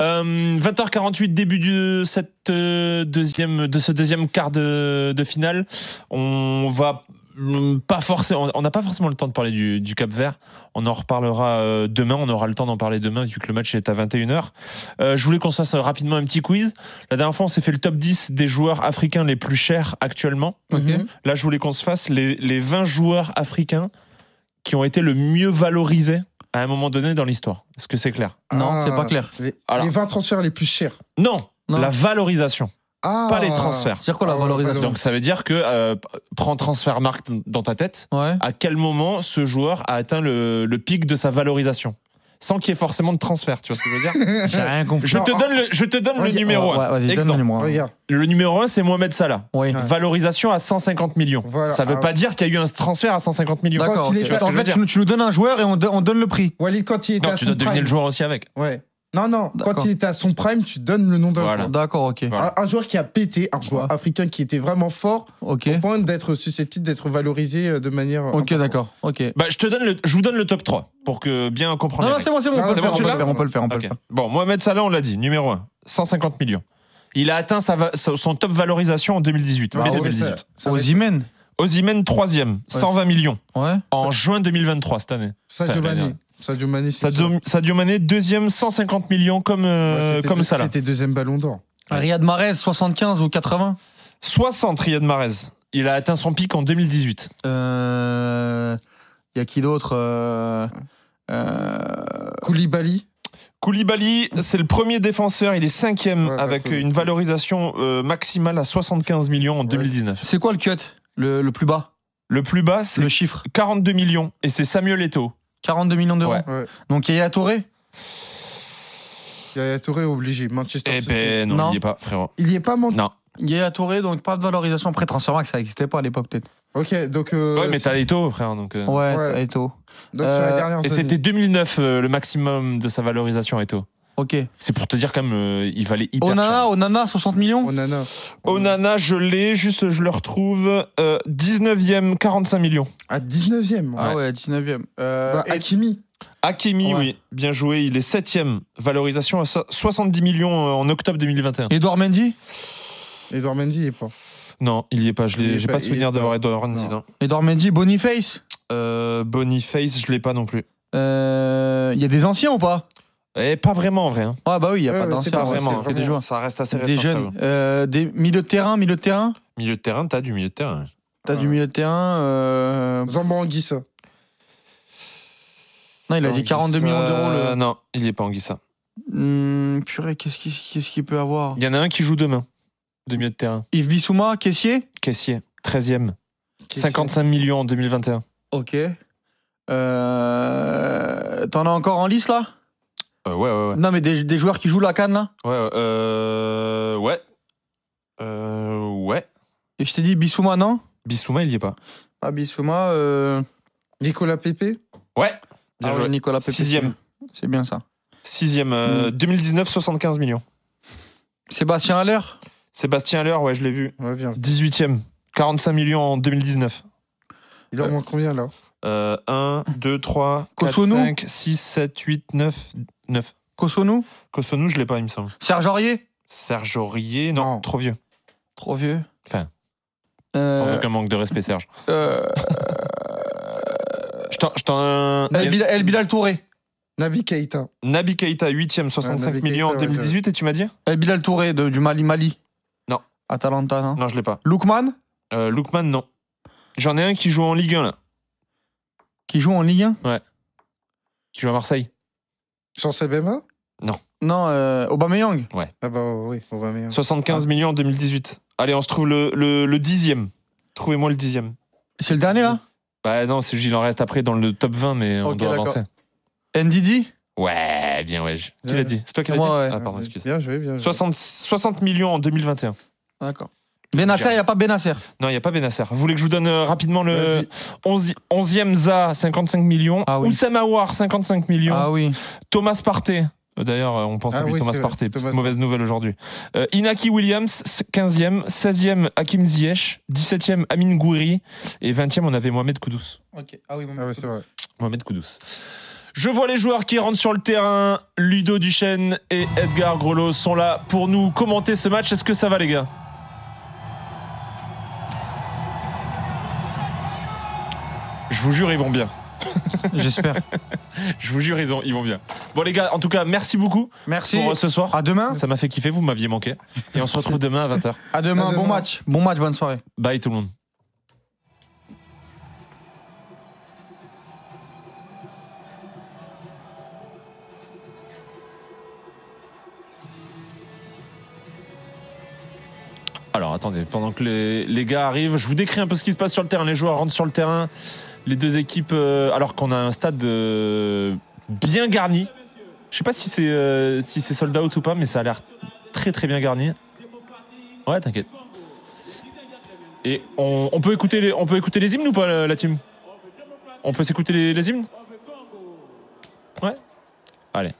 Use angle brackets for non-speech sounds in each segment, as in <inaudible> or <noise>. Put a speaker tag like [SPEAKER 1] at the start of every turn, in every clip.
[SPEAKER 1] Euh, 20h48, début de, cette, euh, deuxième, de ce deuxième quart de, de finale. On va mm, pas forcément, on n'a pas forcément le temps de parler du, du Cap Vert. On en reparlera euh, demain. On aura le temps d'en parler demain vu que le match est à 21h. Euh, je voulais qu'on se fasse euh, rapidement un petit quiz. La dernière fois, on s'est fait le top 10 des joueurs africains les plus chers actuellement.
[SPEAKER 2] Mhm.
[SPEAKER 1] Là, je voulais qu'on se fasse les, les 20 joueurs africains qui ont été le mieux valorisés à un moment donné dans l'histoire. Est-ce que c'est clair
[SPEAKER 3] Non,
[SPEAKER 2] Ah.
[SPEAKER 3] c'est pas clair.
[SPEAKER 2] Les,
[SPEAKER 1] Alors.
[SPEAKER 2] les 20 transferts les plus chers.
[SPEAKER 1] non,
[SPEAKER 3] Non.
[SPEAKER 1] la valorisation,
[SPEAKER 2] Ah.
[SPEAKER 1] pas les transferts.
[SPEAKER 3] C'est-à-dire quoi la
[SPEAKER 2] Ah,
[SPEAKER 3] valorisation
[SPEAKER 2] pardon.
[SPEAKER 1] Donc ça veut dire que euh, p- prends transfert marque dans ta tête.
[SPEAKER 3] Ouais.
[SPEAKER 1] À quel moment ce joueur a atteint le, le pic de sa valorisation sans qu'il y ait forcément de transfert, tu vois ce que je veux dire
[SPEAKER 3] <laughs> J'ai rien compris.
[SPEAKER 1] Je
[SPEAKER 2] Non,
[SPEAKER 1] te
[SPEAKER 2] en-
[SPEAKER 1] donne le, je te donne le
[SPEAKER 2] Ouais,
[SPEAKER 1] numéro
[SPEAKER 3] Ouais,
[SPEAKER 1] 1.
[SPEAKER 3] vas-y, donne-le moi.
[SPEAKER 2] Regarde.
[SPEAKER 1] Le numéro 1, c'est Mohamed Salah.
[SPEAKER 3] Oui.
[SPEAKER 2] Ouais.
[SPEAKER 1] Valorisation à 150 millions.
[SPEAKER 2] Voilà.
[SPEAKER 1] ça veut
[SPEAKER 2] Ah.
[SPEAKER 1] pas dire qu'il y a eu un transfert à 150 millions.
[SPEAKER 3] D'accord.
[SPEAKER 2] Quand il est-
[SPEAKER 3] ok. En
[SPEAKER 1] Tu vois ce que je veux
[SPEAKER 3] fait,
[SPEAKER 1] dire
[SPEAKER 3] tu nous, tu nous donnes un joueur et on, do- on donne le prix.
[SPEAKER 2] Walid, quand il était
[SPEAKER 1] Non,
[SPEAKER 2] à
[SPEAKER 1] tu
[SPEAKER 2] son
[SPEAKER 1] dois
[SPEAKER 2] prime.
[SPEAKER 1] deviner le joueur aussi avec.
[SPEAKER 2] Ouais. Non, non. Quand
[SPEAKER 3] D'accord.
[SPEAKER 2] il était à son prime, tu donnes le nom d'un
[SPEAKER 1] Voilà.
[SPEAKER 2] joueur.
[SPEAKER 3] D'accord, ok.
[SPEAKER 1] Voilà.
[SPEAKER 2] Un, un joueur qui a pété, un joueur
[SPEAKER 3] Ouais.
[SPEAKER 2] africain qui était vraiment fort,
[SPEAKER 3] Ok.
[SPEAKER 2] au point d'être susceptible d'être valorisé euh, de manière. euh,
[SPEAKER 3] Ok,
[SPEAKER 2] importante.
[SPEAKER 3] d'accord. Ok.
[SPEAKER 1] Bah, je, te donne le, je vous donne le top 3 pour que bien comprendre.
[SPEAKER 3] Non,
[SPEAKER 1] les règles.
[SPEAKER 3] non, c'est bon, c'est bon.
[SPEAKER 2] Ah,
[SPEAKER 3] On peut
[SPEAKER 2] c'est
[SPEAKER 3] le
[SPEAKER 2] bon,
[SPEAKER 3] faire, on peut
[SPEAKER 2] tu
[SPEAKER 3] le faire,
[SPEAKER 2] l'as
[SPEAKER 3] on peut le faire. on peut le
[SPEAKER 1] Ok.
[SPEAKER 3] faire.
[SPEAKER 1] Bon, Mohamed Salah, on l'a dit, numéro 1, 150 millions. Il a atteint sa va- sa- son top valorisation en 2018,
[SPEAKER 2] Ah
[SPEAKER 1] mai
[SPEAKER 2] ouais,
[SPEAKER 1] 2018.
[SPEAKER 2] ça- ça va être-
[SPEAKER 3] Osimhen.
[SPEAKER 1] Osimhen, troisième, 120 millions.
[SPEAKER 3] Ouais.
[SPEAKER 1] En juin 2023, cette année.
[SPEAKER 2] Sadio
[SPEAKER 1] Enfin,
[SPEAKER 2] Mané.
[SPEAKER 1] l'année
[SPEAKER 2] Sadio Mané, c'est sûr.
[SPEAKER 1] Sadio, Sadio Mané, deuxième, 150 millions comme, euh,
[SPEAKER 2] Ouais, c'était
[SPEAKER 1] comme
[SPEAKER 2] deux-
[SPEAKER 1] Salah.
[SPEAKER 2] C'était deuxième ballon d'or.
[SPEAKER 3] Riyad Mahrez, 75 ou 80
[SPEAKER 1] 60, Riyad Mahrez. Il a atteint son pic en 2018.
[SPEAKER 3] Euh. Y a qui d'autre Euh, euh,
[SPEAKER 2] Koulibaly.
[SPEAKER 1] Koulibaly, c'est le premier défenseur. Il est cinquième
[SPEAKER 2] Ouais,
[SPEAKER 1] avec
[SPEAKER 2] ouais,
[SPEAKER 1] une valorisation euh, maximale à 75 millions en 2019.
[SPEAKER 3] C'est quoi le cut le, le plus bas
[SPEAKER 1] Le plus bas, c'est
[SPEAKER 3] Le chiffre
[SPEAKER 1] 42 millions. Et c'est Samuel Eto'o.
[SPEAKER 3] 42 millions d'euros.
[SPEAKER 1] Ouais.
[SPEAKER 2] Ouais.
[SPEAKER 3] Donc Yaya Touré
[SPEAKER 2] Yaya Touré est obligé. Manchester
[SPEAKER 1] Eh
[SPEAKER 2] City.
[SPEAKER 1] ben non,
[SPEAKER 3] Non.
[SPEAKER 1] il n'y est pas, frérot.
[SPEAKER 2] Il n'y est pas manqué.
[SPEAKER 1] Non.
[SPEAKER 3] Yaya Touré, donc pas de valorisation. Après, Transfermarkt, ça n'existait pas à l'époque, peut-être.
[SPEAKER 2] Ok, donc. euh,
[SPEAKER 1] ouais, mais t'as Eto'o, frère. Donc, euh.
[SPEAKER 3] Ouais,
[SPEAKER 2] Ouais.
[SPEAKER 3] et tout.
[SPEAKER 2] donc sur la
[SPEAKER 3] Euh,
[SPEAKER 2] dernière
[SPEAKER 1] Et c'était 2009 euh, le maximum de sa valorisation, Eto'o.
[SPEAKER 3] Ok.
[SPEAKER 1] C'est pour te dire quand même, euh, il valait hyper
[SPEAKER 3] Onana,
[SPEAKER 1] cher.
[SPEAKER 3] Onana, 60 millions
[SPEAKER 2] Onana.
[SPEAKER 1] Onana, je l'ai, juste je le retrouve. euh, 19e, 45 millions.
[SPEAKER 2] À 19ème.
[SPEAKER 3] Ah ouais, 19ème. Euh,
[SPEAKER 2] Bah,
[SPEAKER 3] et-
[SPEAKER 2] Hakimi.
[SPEAKER 1] Hakimi,
[SPEAKER 3] Ouais.
[SPEAKER 1] oui, bien joué. Il est 7e, valorisation à so- 70 millions euh, en octobre 2021.
[SPEAKER 3] Edouard Mendy
[SPEAKER 2] Edouard Mendy est pas.
[SPEAKER 1] Non, il n'y est pas. Je
[SPEAKER 2] Il y
[SPEAKER 1] n'ai
[SPEAKER 2] est
[SPEAKER 1] pas,
[SPEAKER 2] pas,
[SPEAKER 1] pas
[SPEAKER 2] il y
[SPEAKER 1] souvenir
[SPEAKER 2] est
[SPEAKER 1] d'avoir
[SPEAKER 2] pas.
[SPEAKER 1] Edouard Mendy,
[SPEAKER 2] Non.
[SPEAKER 1] non.
[SPEAKER 3] Edouard Mendy, Boniface
[SPEAKER 1] Euh, Boniface, je l'ai pas non plus.
[SPEAKER 3] Euh, Il y a des anciens ou pas
[SPEAKER 1] Et pas vraiment en vrai. hein.
[SPEAKER 3] Ah bah oui, il n'y a
[SPEAKER 2] Ouais,
[SPEAKER 3] pas
[SPEAKER 2] ouais, c'est
[SPEAKER 3] d'anciens.
[SPEAKER 2] pas
[SPEAKER 3] ouais,
[SPEAKER 2] vraiment,
[SPEAKER 3] c'est
[SPEAKER 2] hein.
[SPEAKER 3] des joueurs.
[SPEAKER 1] Ça reste assez récent.
[SPEAKER 3] Des
[SPEAKER 1] je
[SPEAKER 3] jeunes.
[SPEAKER 1] t'avoue.
[SPEAKER 3] Euh, des milieux de terrain, milieu de terrain
[SPEAKER 1] Milieu de terrain, t'as du milieu de terrain.
[SPEAKER 3] T'as du
[SPEAKER 2] Ouais.
[SPEAKER 3] milieu de terrain. euh,
[SPEAKER 2] Zambo Anguissa.
[SPEAKER 3] Non, il a dit 42 millions d'euros.
[SPEAKER 1] Euh,
[SPEAKER 3] Le...
[SPEAKER 1] Non, il n'y est pas Anguissa.
[SPEAKER 3] Hum, purée, qu'est-ce qu'il qu'est-ce qu'il peut avoir
[SPEAKER 1] Il y en a un qui joue demain, de milieu de terrain.
[SPEAKER 3] Yves Bissouma, caissier
[SPEAKER 1] Caissier, 13e.
[SPEAKER 2] Qui est-
[SPEAKER 1] 55 millions en 2021.
[SPEAKER 3] Ok. Euh, T'en as encore en lice là
[SPEAKER 1] Euh, ouais, ouais, ouais.
[SPEAKER 3] Non, mais des, des joueurs qui jouent la canne là
[SPEAKER 1] Ouais, euh, ouais. Euh, ouais.
[SPEAKER 3] Et je t'ai dit Bissouma, non
[SPEAKER 1] Bissouma, il n'y est pas.
[SPEAKER 3] Ah, Bissouma, euh...
[SPEAKER 2] Nicolas Pepe.
[SPEAKER 1] Ouais.
[SPEAKER 3] ah
[SPEAKER 1] Bien
[SPEAKER 3] ouais, Mm.
[SPEAKER 1] joué.
[SPEAKER 3] Nicolas Pepe.
[SPEAKER 1] Sixième.
[SPEAKER 3] C'est bien ça.
[SPEAKER 1] Sixième, euh, 2019, 75 millions.
[SPEAKER 3] Sébastien Haller
[SPEAKER 1] Sébastien Haller, ouais, je l'ai vu.
[SPEAKER 2] Ouais, bien.
[SPEAKER 1] 18e, 45 millions en 2019.
[SPEAKER 2] Il en
[SPEAKER 3] Euh,
[SPEAKER 2] manque combien là
[SPEAKER 1] 1, 2, 3, 4,
[SPEAKER 3] Kosunu
[SPEAKER 1] 5, 6, 7, 8, 9, 9.
[SPEAKER 3] Kosonou
[SPEAKER 1] Kosonu, je l'ai pas, il me semble.
[SPEAKER 3] Serge Aurier
[SPEAKER 1] Serge Aurier, non,
[SPEAKER 2] Non.
[SPEAKER 1] trop vieux.
[SPEAKER 3] Trop vieux.
[SPEAKER 1] Enfin, Sans
[SPEAKER 3] Euh,
[SPEAKER 1] aucun manque de respect, Serge.
[SPEAKER 3] euh,
[SPEAKER 1] Je t'en- je t'en.
[SPEAKER 3] El, Bilal, El Bilal Touré.
[SPEAKER 2] Nabi Keita.
[SPEAKER 1] Nabi Keita, 8e, 65
[SPEAKER 2] Nabi
[SPEAKER 1] millions en
[SPEAKER 2] Keïta, ouais,
[SPEAKER 1] 2018, et tu m'as dit
[SPEAKER 3] El Bilal Touré de- du Mali Mali.
[SPEAKER 1] Non.
[SPEAKER 3] Atalanta, non.
[SPEAKER 1] Non, je l'ai pas.
[SPEAKER 3] Lookman,
[SPEAKER 1] Euh, Lookman, non. J'en ai un qui joue en Ligue 1, là.
[SPEAKER 3] qui joue en Ligue 1.
[SPEAKER 1] Qui joue à Marseille.
[SPEAKER 2] Chancel Bema
[SPEAKER 3] Non, euh, Aubameyang.
[SPEAKER 2] Ah bah oui, on va meilleur.
[SPEAKER 1] 75
[SPEAKER 3] Ah.
[SPEAKER 1] millions en 2018. Allez, on se trouve le, le, le dixième. Trouvez-moi le dixième.
[SPEAKER 3] C'est le dernier là
[SPEAKER 1] Bah non, c'est juste, il en reste après dans le top 20, mais on
[SPEAKER 3] Ok,
[SPEAKER 1] doit
[SPEAKER 3] d'accord.
[SPEAKER 1] avancer.
[SPEAKER 3] Ndidi
[SPEAKER 1] Ouais, bien, ouais. je- Qui
[SPEAKER 2] Ouais.
[SPEAKER 1] l'a dit C'est toi qui l'as dit
[SPEAKER 3] Moi, ouais.
[SPEAKER 1] Ah, pardon, excuse.
[SPEAKER 2] Bien joué, bien joué.
[SPEAKER 1] 60, 60 millions en 2021.
[SPEAKER 3] D'accord. Benasser, il n'y a pas Benasser.
[SPEAKER 1] Non, il n'y a pas Benacer. Vous voulez que je vous donne euh, rapidement le
[SPEAKER 2] Vas-y.
[SPEAKER 1] 11, 11e ZA, 55 millions.
[SPEAKER 3] Ah oui.
[SPEAKER 1] Oussama Aouar, 55 millions.
[SPEAKER 3] Ah oui.
[SPEAKER 1] Thomas Partey. euh, D'ailleurs, euh, on pense à
[SPEAKER 2] Ah
[SPEAKER 1] lui,
[SPEAKER 2] oui,
[SPEAKER 1] Thomas
[SPEAKER 2] c'est vrai,
[SPEAKER 1] Partey. Petite
[SPEAKER 2] Thomas-
[SPEAKER 1] mauvaise nouvelle aujourd'hui. Euh, Inaki Williams, 15e. 16e, Hakim Ziyech. 17e, Amin Gouiri. Et 20e, on avait Mohamed Koudous.
[SPEAKER 3] Ah oui,
[SPEAKER 2] Ah ouais, c'est vrai.
[SPEAKER 1] Mohamed Koudous. Je vois les joueurs qui rentrent sur le terrain. Ludo Duchesne et Edgar Grelot sont là pour nous commenter ce match. Est-ce que ça va, les gars Je vous jure, ils vont bien.
[SPEAKER 3] J'espère.
[SPEAKER 1] Je vous jure, ils, ont- ils vont bien. Bon, les gars, en tout cas, merci beaucoup
[SPEAKER 3] Merci.
[SPEAKER 1] pour euh, ce soir.
[SPEAKER 3] À demain.
[SPEAKER 1] Ça m'a fait kiffer, vous m'aviez manqué. Et on se retrouve demain à 20h.
[SPEAKER 3] À demain.
[SPEAKER 2] À
[SPEAKER 3] Bon
[SPEAKER 2] demain.
[SPEAKER 3] match. Bon match. Bonne soirée.
[SPEAKER 1] Bye tout le monde. Alors attendez, pendant que les, les gars arrivent, je vous décris un peu ce qui se passe sur le terrain. Les joueurs rentrent sur le terrain. Les deux équipes, euh, alors qu'on a un stade euh, bien garni. Je sais pas si c'est euh, si c'est sold out ou pas, mais ça a l'air très très bien garni. Ouais, t'inquiète. Et on, on peut écouter les, on peut écouter les hymnes ou pas, la, la team On peut s'écouter les, les hymnes Ouais Allez.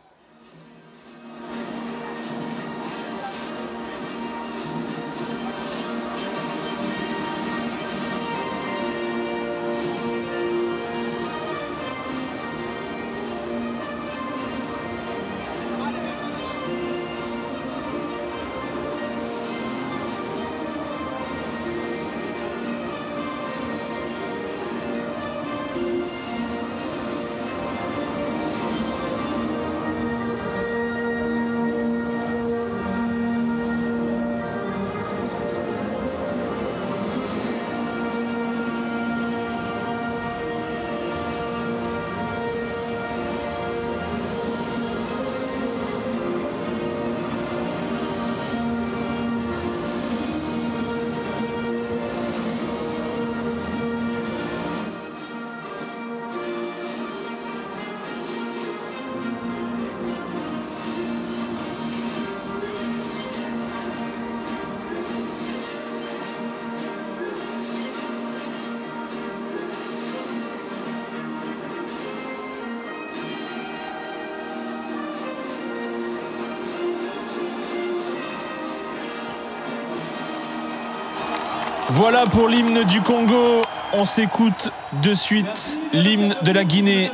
[SPEAKER 1] Voilà pour l'hymne du Congo. On s'écoute de suite l'hymne de la Guinée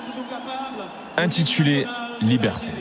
[SPEAKER 1] intitulé Liberté.
[SPEAKER 4] Liberté.